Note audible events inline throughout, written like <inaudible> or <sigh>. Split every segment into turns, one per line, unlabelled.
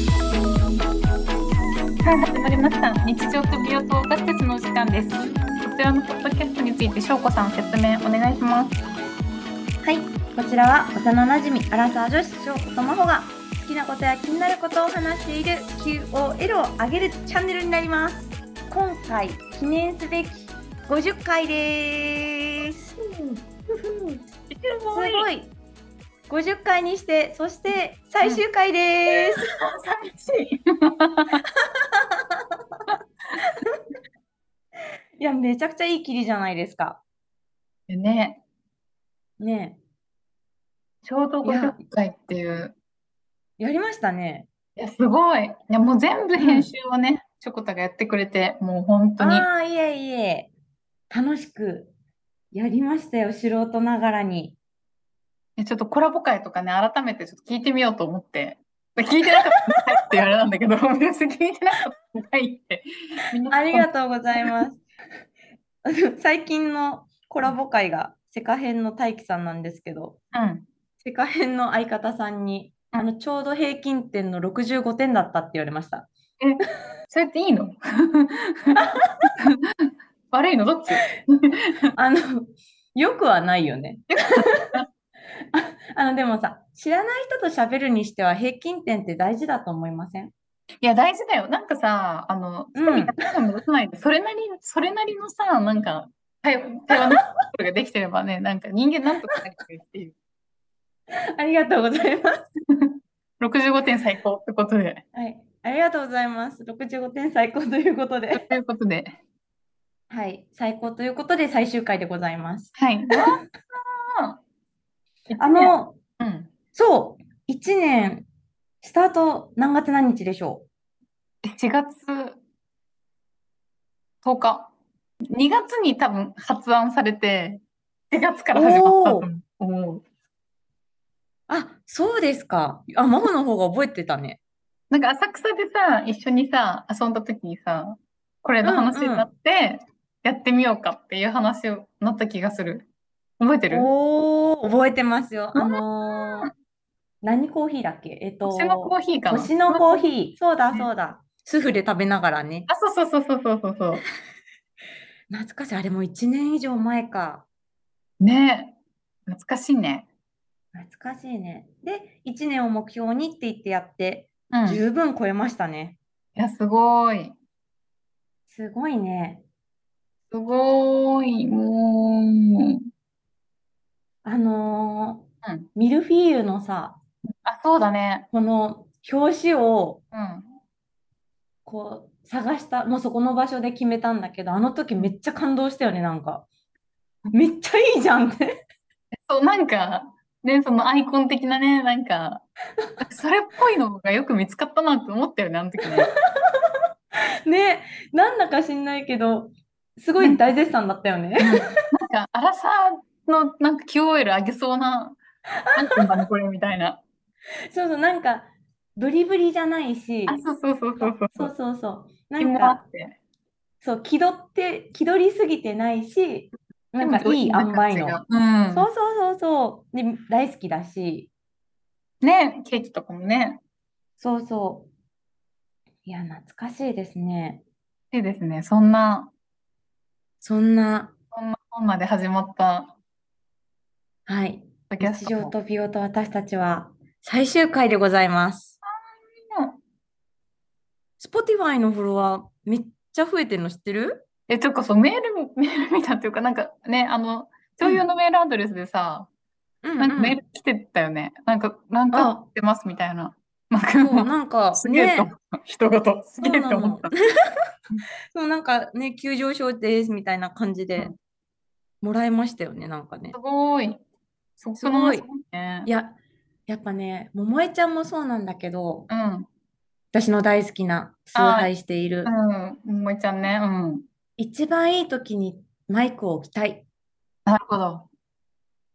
はい、始まりました。日常と美容と私たちのお時間です。こちらのポッドキャストについて、しょうこさん説明お願いし
<laughs>
ます。
はい、こちらは幼なじみアラサー女子翔子とまほが好きなことや気になることを話している QOL を上げるチャンネルになります。今回記念すべき50回です。
す
すごい。50回にして、そして最終回です。
寂しい。
いや、めちゃくちゃいい切りじゃないですか。
ね、
ね
ちょうど
いや
50回っていう。
え、やりましたね。
いや、すごい。いや、もう全部編集をね、しょこたがやってくれて、もう本当に。
ああ、いえいえ。楽しくやりましたよ、素人ながらに。
えちょっとコラボ会とかね、改めてちょっと聞いてみようと思って。聞いてなかったんかいってあれなんだけど、
<laughs>
別に聞いてなかったんかいって。みんな
ありがとうございます。 <laughs> あの最近のコラボ会がセカ編の大輝さんなんですけど、
うん。
セカ編の相方さんに、あのちょうど平均点の65点だったって言われました。
それっていいの <laughs> 悪いのどっち
あの、よくはないよね。 <laughs> ああの、でもさ、知らない人と喋るにしては平均点って大事だと思いません
いや、大事だよ。なんかさ、あの、
うん
興味高いのも出さないで、それなり、それなりのさ、なんか、対対話のことができてればね、なんか人間なんとかなるっていう。
ありがとうございます。
65点最高ってことで。
はい。ありがとうございます。65点最高ということで。
ということで。
はい。最高ということで最終回でございます。
はい。
あ、の、
うん。
そう、1年、スタート何月何日でしょ
7月10日。2月に多分発案されて、4月から始まったと思う。
うあ、そうですか。あ、真帆の方が覚えてたね。
なんか浅草でさ、一緒にさ、遊んだ時にさ、これの話になって、やってみようかっていう話になった気がする。覚えてる
おお、覚えてますよ。あのー何コーヒーだっけえっと、
星のコーヒーかな
星のコーヒ
ー。
ー。そうだ、そうだ。スフレ食べながらね。
あ、そうそうそうそうそうそうそう。
懐かしい。あれも1年以上前か。
ねえ。懐かしいね。
懐かしいね。で、1年を目標にって言ってやって、
うん。い
十分超えましたね。
や、すごい。
すごいね。
すごい。もう。
あのー
うん
ミルフィーユのさ、
あ、そうだね。
この表紙を
うん。
こう探したもうそこの場所で決めたんだけどあの時めっちゃ感動したよねなんかめっちゃいいじゃんって <laughs>
そう、なんか、ね、そのアイコン的なね、なんか、それっぽいのがよく見つかったなって思ったよね、あの時ね。
ねなんだか知んないけどすごい大絶賛だったよね
なんか、アラサーのなんか QOL 上げそうな、なんていうんだろうこれみたい
<laughs>
な。
そうそうなんかブリブリじゃないし
あ、そうそうそうそうそうそ。
そううそうそうな
気
ん
もあ
か
って。
そう気取って気取りすぎてないしなん
で
か
も
いい塩梅の、
上品な
そ
感
うそうそうそうで大好きだし
じがうん。ね、ケーキとかもね。
そうそういや懐かしいですね
いいですね。そんな、
そんな
そんな本まで始まった
はい
ポッドキャス
日
ト
常
も。
と美容と私たちは最終回でございます。Spotify のフォロワーめっちゃ増えてるの知ってる
え、ちょっとそう、メール、メール見たっていうか、なんかね、あの、共有のメールアドレスでさ、
うん、
なんかメール来てたよね。なんか、なん
あ
か出ますみたいな。なんか
そう
もう
なん
<laughs>
か
すげえ
ね
と思った。人言、すげえと
そうな
思
の
った。
そうなんかね急上昇ですみたいな感じで
うん
もらいましたよねなんかね
す。ごい。そ
すごい
こもね
いややっぱね桃江ちゃんもそうなんだけど
うん。
私の大好きな崇拝している
うん。ももいちゃんね。うん。
一番いい時にマイクを置きたい。
なるほど。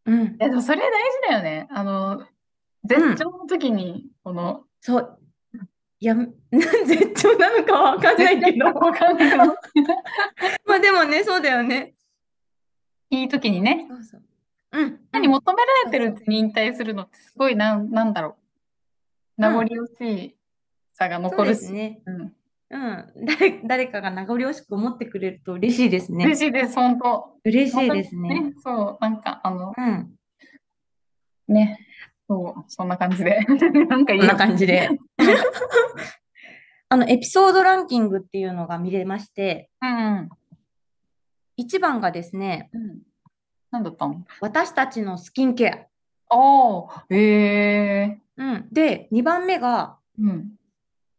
うん、
え、でもそれ大事だよね。あの、絶頂の時に、この、
そういや絶頂なのかは分かんないけど
わかんないけど
まあでもねそうだよね。
いい時にね。
そうそう。うん。
何求められてるうちに引退するのってすごいなん、なんだろ名残惜しいさが
そ
残
うで
る
す
し、
ね。
うん、
うん。誰誰かが名残惜しく思ってくれると嬉しいですね
嬉。しいです、本当。
嬉しいで
本当
す
に
ね。
ね。そう、なんか、あの、
うん。
ね、そう、そんな感じで。 <laughs> なんかいい
こんな感じで。 <laughs> あの、エピソードランキングっていうのが見れまして、
<laughs> うん。
1番がですね、
うん。なんだったの
私たちのスキンケア。
ああ、ええ
うん。で、2番目が、
うん。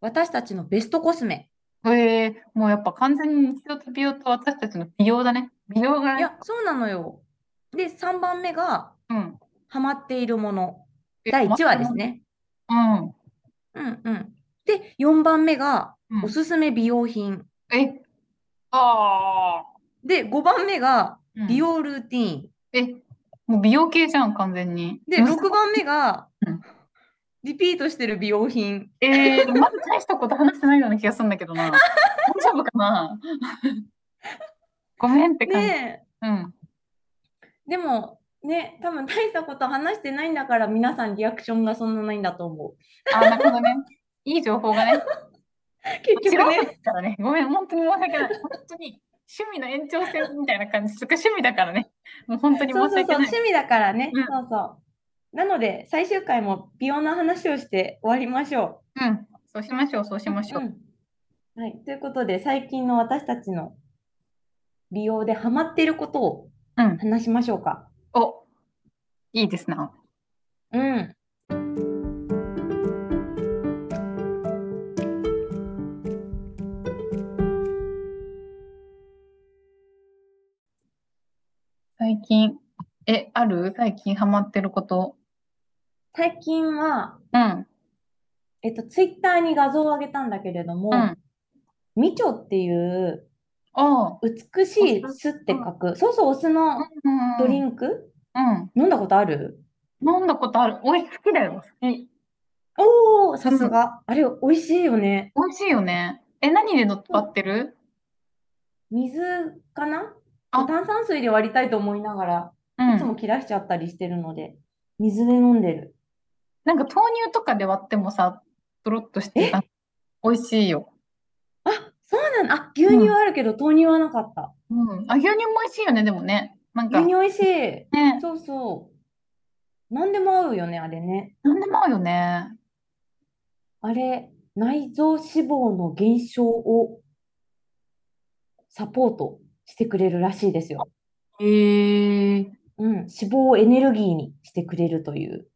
私たちのベストコスメ。
ええもうやっぱ完全に日常と美容と私たちの美容だね。美容が
いや、そうなのよ。で、3番目が、
うん。
ハマっているもの。第1話です。ね。
うん。
うんうん。で、4番目が、
うん
おすすめ美容品。
え、ああ、
で、5番目が、
うん
美容ルーティーン。
え、もう美容系じゃん、完全に。
で、
むず
6番目が
うん、
リピートしてる美容品。
えー、まず大したこと話してないような気がするんだけど
<laughs>
な。大丈夫かなごめんって感じ。
ね
うん。
え、でも、ね、多分大したこと話してないんだから、皆さんリアクションがそんなないんだと
<laughs>
思う。
あ、なるほどね。いい情報がね。
結
違う
局
か
ね、
ったらね。ごめん、本当に申し訳ない。本当に趣味の延長線みたいな感じ。そっか趣味だからね。もう本当に申
そう
し
そうそう、
訳ない。
趣味だからね、
うん
そうそう。なので、最終回も美容の話をして終わりましょ
うん。そうしましょう、そうし
う。
ましょう。
うんはい、ということで、最近の私たちの美容でハマっていることを
うん。
話しましょうか。
お、いいですな。
うん。
最近、え、ある最近ハマってること。
最近は、
うん。
えっと、ツイッターに画像を上げたんだけれども、
うん。
みちょっていう
おう。
美しい酢って書く、そうそう、お酢の
うん。
ドリンク、
うん。
飲んだことある
飲んだことある。おい、好きだよ。好き。
おお、さすが。あれ、美味しいよね。
美味しいよね。え、何で乗っかってる
水かな
あ
炭酸水で割りたいと思いながら、
うん
いつも切らしちゃったりしてるので、水で飲んでる。
なんか豆乳とかで割ってもさ、とろっとしてた。美味しいよ。
あ、そうなんだ。あ、牛乳はあるけど、豆乳はなかった。
うん。あ、牛乳も美味しいよね、でもね。なんか、
牛乳
ね、
美味しい。そうそう。何でも合うよね、あれね。
なんでも合うよね。
あれ、内臓脂肪の減少をサポートしてくれるらしいですよ。
へえ。い
うん、脂肪をエネルギーにしてくれるという。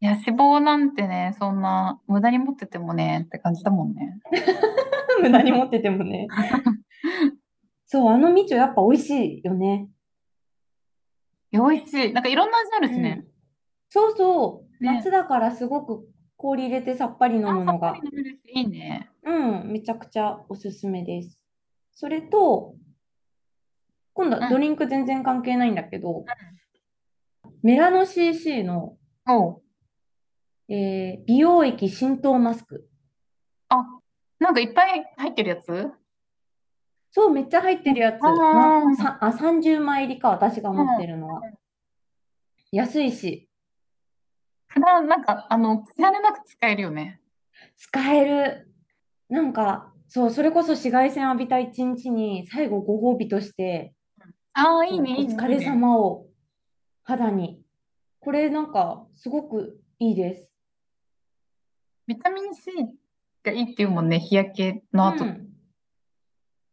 や、脂肪なんてね、そんな、無駄に持っててもね、って感じだもんね。
無駄に持っててもね。 <laughs> そう、あのみちょやっぱ美味しいよね。
いや美味しい。なんかいろんな味あるし
う
ね。
んそうそう、
ね
夏だからすごく氷入れてさっぱり飲
あ
む
さ
の
っぱ
が
り、飲めるし、いいね。
うん、めちゃくちゃおすすめです。それと、今度
うん
ドリンク全然関係ないんだけど、メラノ CC の、
おう。
えー美容液浸透マスク。
あ、なんかいっぱい入ってるやつ
そう、めっちゃ入ってるやつ。
あー
なさあ、30枚入りか、私が持ってるのは。安いし、
普段、なんか、あの、気兼ねなく使えるよね。
使える。なんか、そう、それこそ紫外線浴びた一日に、最後ご褒美として、
ああ、いい
お
ね、いいね。
疲れ様を肌に。これなんか、すごくいいです。
ビタミン C がいいっていうもんね、日焼けの後。
うん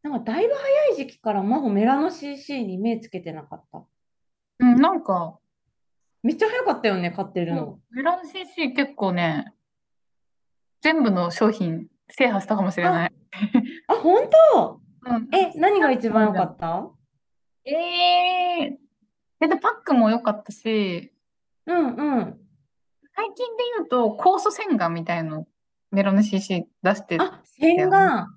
なんか、だいぶ早い時期から、真帆メラノ CC に目つけてなかった。
うん、なんか、
めっちゃ早かったよね、買ってるの。
メラン CC 結構ね、全部の商品制覇したかもしれない。
あ、本当
うん、
え、何が一番良かった
えー、えっと、パックも良かったし、
うんうん。
最近で言うと、酵素洗顔みたいの、メラン CC 出して、
あ、洗顔。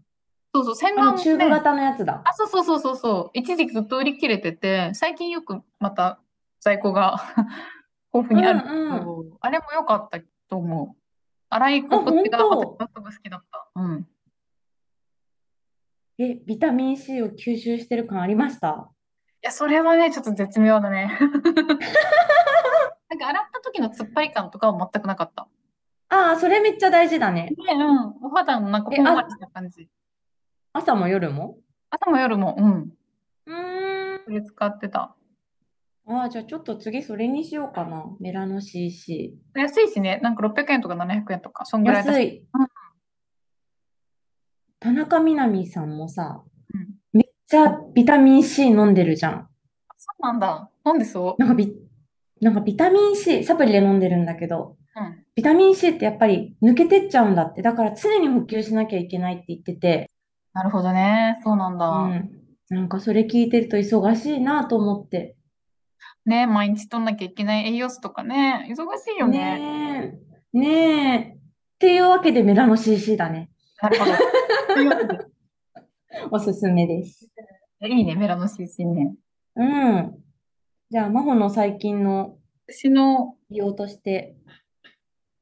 そうそう、洗
あ
顔
の、
も
チューブ
ね、
型のやつだ。
あ、そうそうそうそうそう、一時期ずっと売り切れてて、最近よくまた在庫が <laughs> 豊富にある。
うんうん。
そうあれも良かったと思う。洗い心地が
あ
私
本当
はすごい好きだった。うん。
え、ビタミン C を吸収してる感ありました
いや、それはね、ちょっと絶妙 <laughs> だね。なんか洗った時の突っ張り感とかは全くなかった。
ああ、それめっちゃ大事だね。
ね、うん。お肌のなんか
え
こん
あ
まりした感じ。
朝も夜も
朝も夜も、うん。
うーん。
それ使ってた。
ああ、じゃあちょっと次それにしようかな。メラノ CC。
安いしね、なんか600円とか700円とか、そんぐらいだし。
安い
うん。
田中みな実さんもさ
うん、
めっちゃビタミン C 飲んでるじゃん。
そうなんだ。なんでそう
なんかビ、なんかビタミン C、サプリで飲んでるんだけど、
うん。
ビタミン C ってやっぱり抜けてっちゃうんだって。だから常に補給しなきゃいけないって言ってて、
なるほどね。そうなん
う
だ。
ん。なんかそれ聞いてると忙しいなと思って。
ね、毎日取んなきゃいけない栄養素とかね、忙しいよね。
ねえ。ねえ。っていうわけでメラノ CC だね。
な <laughs> るほど。というわけで
おすすめです。
いいね、メラノ CC ね。
うん。じゃあ、真帆の最近の
私の
美容として。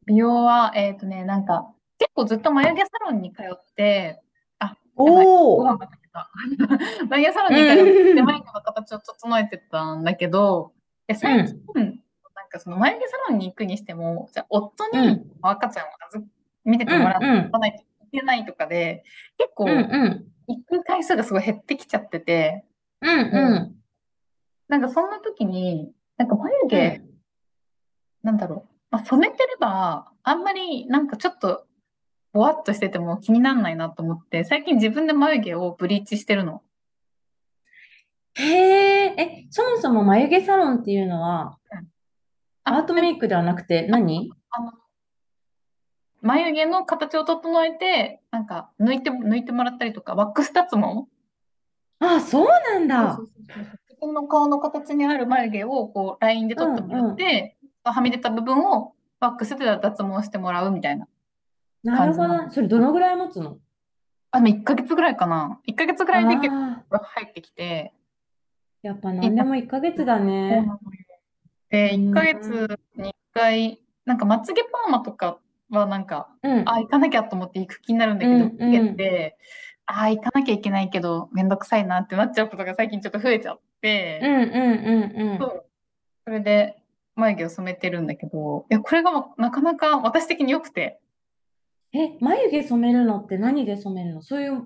美容は、えっとね、なんか、結構ずっと眉毛サロンに通って、ご
お
飯
お。
が炊けた。 <laughs> 眉毛サロンに通って、眉毛の形を整えてたんだけど、いや最近、なんかその眉毛サロンに行くにしても、じゃあ夫
うん。う
に
ん
赤ちゃんを預見てて
う
もらわ
ん。
ないといけないとかで、結構
うんうん。
行く回数がすごい減ってきちゃってて、
うん
なんかそんな時に、なんか眉
う
毛、
ん。
なんだろう、まあ、染めてれば、あんまりなんかちょっと、ぼわっとしてても気にならないなと思って、最近自分で眉毛をブリーチしてるの。
へえ。え、そもそも眉毛サロンっていうのは
うん、あ
アートメイクではなくて何
あの、眉毛の形を整えて、なんか抜いて、抜いてもらったりとか、ワックス脱毛
あ、そうなんだ
そ。うそうそうそう自分の顔の形にある眉毛をこうラインで取ってもらって、はみ出た部分をワックスで脱毛してもらうみたいな。
なるほ
感じ
ど。それどのぐらい持つの
あ、でも1ヶ月ぐらいかな。1ヶ月ぐらいで結
あ
構入ってきて、
ーやっぱ何でも1ヶ月だ
そう
ね。
なのよで、
うん
1ヶ月に1回、なんかまつげパーマとかはなんか、
うん。
あ、行かなきゃと思って行く気になるんだけど、
うんうん
受けて、あ、行かなきゃいけないけど、めんどくさいなってなっちゃうことが最近ちょっと増えちゃっ
う
て、
んうんうんうん。
そうそれで眉毛を染めてるんだけど、いや、これがなかなか私的に良くて、
え、眉毛染めるのって何で染めるのそういう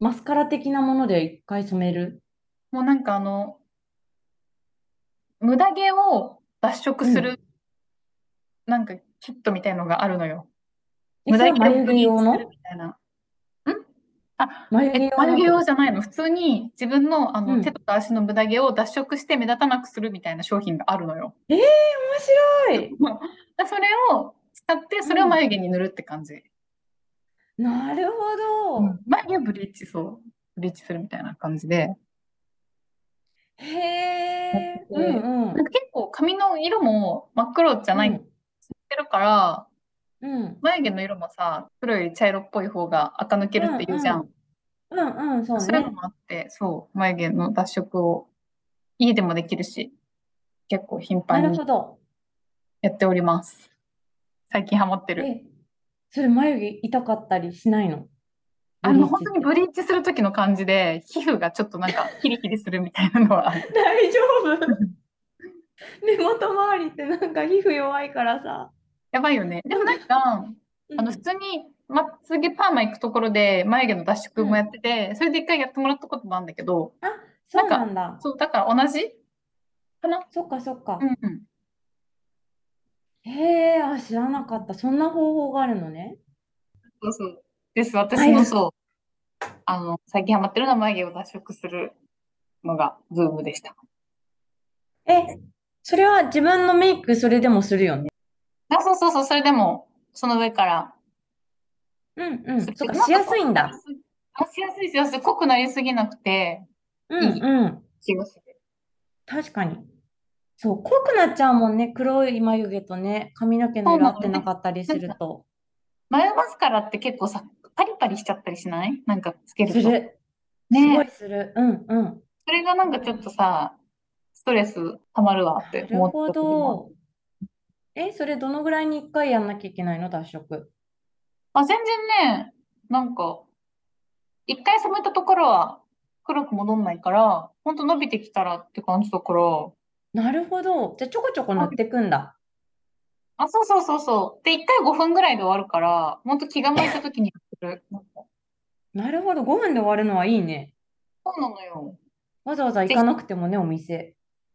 マスカラ的なもので一回染める
もうなんかあの、無駄毛を脱色する、なんかキットみたいのがあるのよ。
え
無駄
それは
毛を
眉
ブ
毛
リー
用
チす
の
るみたいな。
眉毛
え、
用
眉毛
の
用じゃないの。普通に自分の、あの
うん
手とか足の無駄毛を脱色して目立たなくするみたいな商品があるのよ。
面白
<laughs>
い。
だそれを使って、それを眉毛に塗るって感じ。
なるほ
う
ど。
ん眉毛ブリーチ、そう。ブリーチするみたいな感じで。
へえ。
うん
うん
なんか結構髪の色も真っ黒じゃないってるから、
うん。うん。
眉毛の色もさ、黒より茶色っぽい方が垢抜けるって言うじゃん。
うんうん、そう
そういう
ね
の。もあって、そう、眉毛の脱色を家でもできるし、結構頻
な
繁
る
に
ほど。
やっております。最近ハマってる。
え、それ眉毛痛かったりしないの
あ
ブリ
の、
ーチ
本当にブリーチする時の感じで、皮膚がちょっとなん <laughs> か、ヒリヒリするみたいなのはある。
<laughs> 大丈夫 <laughs> 根元周りってなんか皮膚弱いからさ。
やばいよね。でもなんか、あの、普通に、まつげパーマ行くところで、眉毛の脱色もやってて、それで一回やってもらったこともあるんだけど、
そうなんだ。
そう、だから同じかな
そっかそっか
う。んうん。
へえ、あ、知らなかった。そんな方法があるのね。
そうそう。です。私
はい
もそう。あの、最近ハマってるのは眉毛を脱色するのがブームでした。
え、それは自分のメイクそれでもするよね。
あ、そうそうそう。それでも、その上から。
うんうん。
それ
そっか、
なんか
しやすいんだ。
あ、しやすいしやすい。濃くなりすぎなくて、
うんうん。
気がする。
確かに。そう、濃くなっちゃうもんね。黒い眉毛とね、髪の毛の色合ってなかったりすると。
眉マスカラって結構さ、パリパリしちゃったりしないなんかつける
す
と。
る。す
ね
ごいする。うんうん。
それがなんかちょっとさ、ストレスたまるわっ
な
て
る
思った
ほ
時も
ど。え、それどのぐらいに1回やんなきゃいけないの脱色。
ある。あ、全然ね、なんか、一回染めたところは黒く戻んないから、ほんと伸びてきたらって感じだから、
なるほど。じゃあちょこちょこ塗ってくんだ。
あ、そうそうそうそう。で、1回5分ぐらいで終わるから、ほんと気が向いた時にやってる。なんか
なるほど、5分で終わるのはいいね。
そうなのよ。
わざわざ行かなくてもね、お店。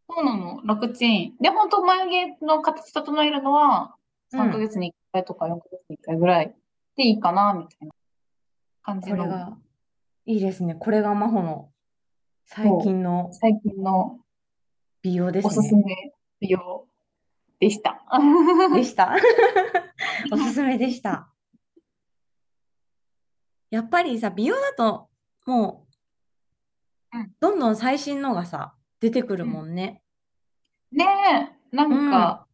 そうなの。楽ちん。で、ほんと眉毛の形整えるのは、3ヶ月に1回とか4ヶ月に1回ぐらいでいいかな、みたいな感
こ
じ
れ
の。
が、いいですね。これが真帆の最近の
最近の
美容です
おすす
ね。
め美容で
<laughs>
した。
で
<laughs>
した。おすすめでした。やっぱりさ、美容だと、もう
うん、
どんどん最新のがさ、出てくるもんね。
ねえ、なんか、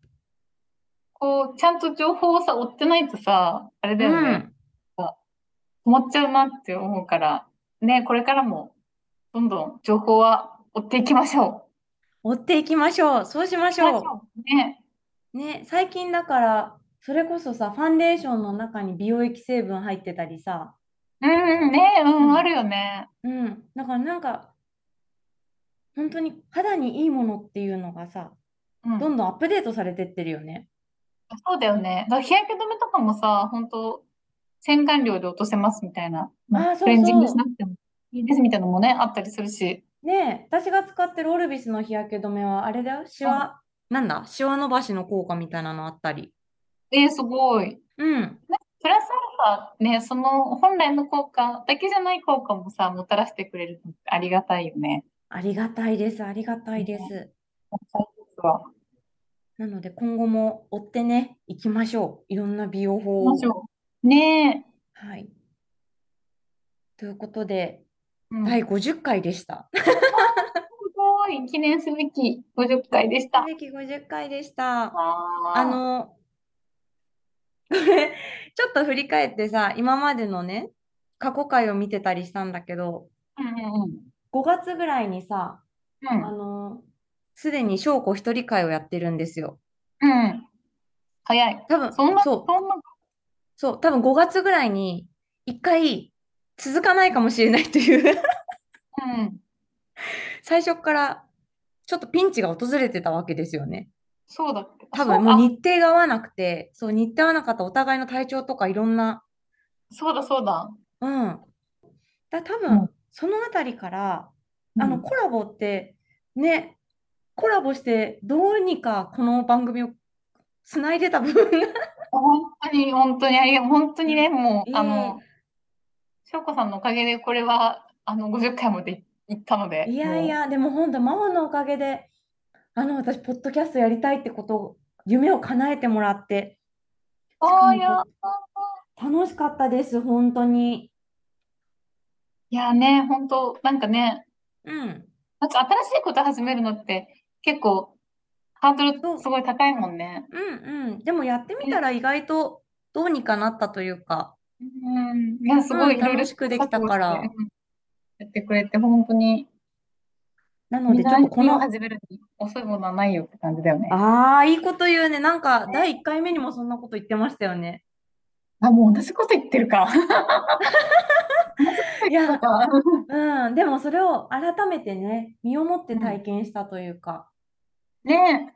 こう、ちゃんと情報をさ、追ってないとさ、あれだよね、止まっちゃうなって思うから、ねえ、これからも、どんどん情報は追っていきましょ
うん。追っていきましょう。そうしま
う。
しょう。
ね
ね、最近だから、それこそさ、ファンデーションの中に美容液成分入ってたりさ、
え、うん、ねえ、う、
うんん
あるよね。
うん、だからなんか、本当に肌にいいものっていうのがさ、
うん、
どんどんアップデートされてってるよね。
そうだよね。だから日焼け止めとかもさ、本当洗顔料で落とせますみたいな、ま
あーそうそう
クレンジングしなくてもいいですみたいなのもね、あったりするし。
ねえ、私が使ってるオルビスの日焼け止めは、あれだよ、シワ、なんだ、シワ伸ばしの効果みたいなのあったり。
えー、すごい。
うん、
プラスアルファね、その本来の効果だけじゃない効果もさ、もたらしてくれるのってありがたいよね。
ありがたいです、ありがたいです。
は。
なので、今後も追ってね、いきましょう。いろんな美容法
も
を
ち。ろん。ね
はい。ということで、
え。うん
第50回でした。
すごい。記念すべき50回でした。
べき50回でした。
あー
あ、の、これ、ちょっと振り返ってさ、今までのね、過去回を見てたりしたんだけど、
うんうん
5月ぐらいにさ、
うん。
あの、すでに翔子一人会をやってるんですよ。
うん。うん。早い。
多分、
そんな、
そう、
そんな、
そう、多分5月ぐらいに、一回、続かないかもしれないという、
う
<laughs>
ん。
最初から、ちょっとピンチが訪れてたわけですよね。
そうだっけ。
多
そう
分、もう
あ
日程が合わなくて、そう、日程合わなかったお互いの体調とかいろんな
そうだそうだ。
うん。だ多
う
分そのあたりから、あのコラボってね、コラボしてどうにかこの番組をつないでた部分が
本当に、本当に、ありが本当にね、も、
いうえ
あの、翔子さんのおかげで、これは、あの、50回まで行ったので、
いやい
も
や、でも本当、ママのおかげで、あの私、ポッドキャストやりたいってことを、夢を叶えてもらって、
う、
しかも
あーいや、
楽しかったです、本当に。
いやね、本当なんかね、
うん、
なんか新しいこと始めるのって、結構、ハードルすごい高いもんね。
うん、うん。でもやってみたら意外とどうにかなったというか、
うん、いや、すごい、
うん
いろいろ
楽しくできたから
錯誤してうんやってくれて、本当に、
なので、ちょっとこ
何を
の。
始めるに遅いものはないよって感じだよね。
ああ、いいこと言うね。なんか、第1回目にもそんなこと言ってましたよね。
あ、もう同じこと言ってるか。
<laughs> いや、 <laughs> うん、でもそれを改めてね、身をもって体験したというか、
ね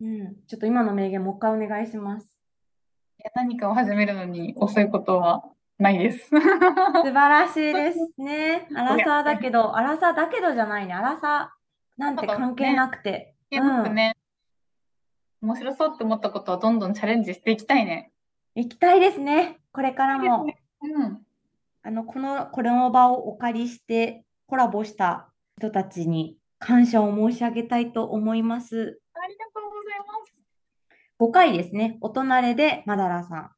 え、
うん、ちょっと今の名言、もう一回お願いします。 <laughs>
いや何かを始めるのに遅いことはないです。
素晴らしい <laughs> ですね。アラサーだけど、アラサーだけどじゃないね。アラサーなんて関係なくて。
でなんかね、面白そうって思ったことはどんどんチャレンジしていきたいね。
行きたいですね。これから
いいです
も
ね、うん。
あの、この、この場をお借りして、コラボした人たちに感謝を申し上げたいと思います。
ありがとうございます。
5回ですね。お隣でマダラさん。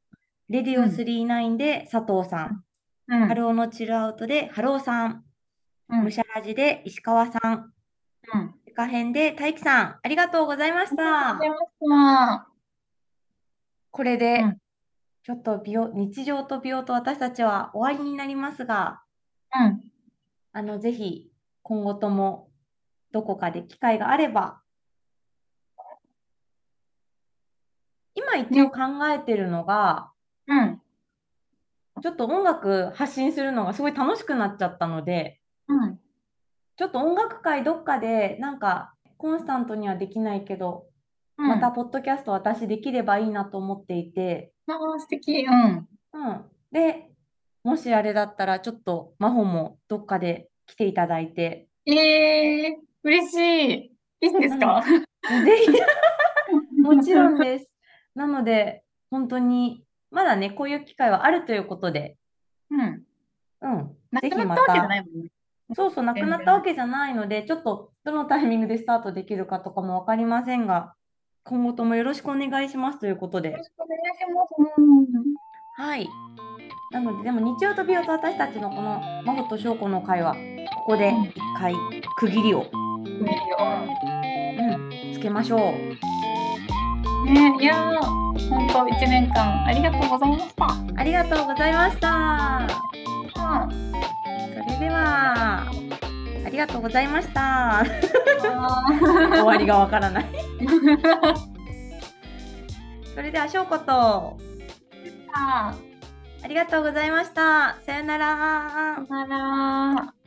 レディオ
うん
39で佐藤さん。
うん
ハローのチルアウトでハローさん。
うん
むしゃらじで石川さん。
うん。
セカ編で大輝さん。ありがとうございまし
あ
た
り。がとうございま
これで、
うん
ちょっと美容、日常と美容と私たちは終わりになりますが、
した。うん。
あの、ぜひ今後ともどこかで機会があれば、今一応考えてるのが、
うん。
ちょっと音楽発信するのがすごい楽しくなっちゃったので、
うん。
ちょっと音楽界どっかで、なんか、コンスタントにはできないけど、
うん
またポッドキャスト私できればいいなと思っていて、
あー素敵。うん。
うん、でもしあれだったらちょっと真帆もどっかで来ていただいて
<laughs> ええ嬉しい。いいんですか
ぜひもちろんです。なので本当にまだねこういう機会はあるということで、
うん。
うん、
な
ぜ
くなった
ひま
わけじ
た
ゃないもんね。
そうそう、なくなったわけじゃないので、ちょっとどのタイミングでスタートできるかとかも分かりませんが、今後ともよろしくお願いしますということで
よろ。しくお願いします。うん。
はい。なので、でも日曜と美容と私たちのこの孫と翔子の会は、ここで一回区切りを、うん、つけましょう。
ね、いやー、本当一年間ありがとうございました。
ありがとうございました。
は
それでは、ありがとうございました。終わりがわから <laughs> ない。それでは翔子と、
<laughs> あー、
ありがとうございました。さよなら。
さよなら。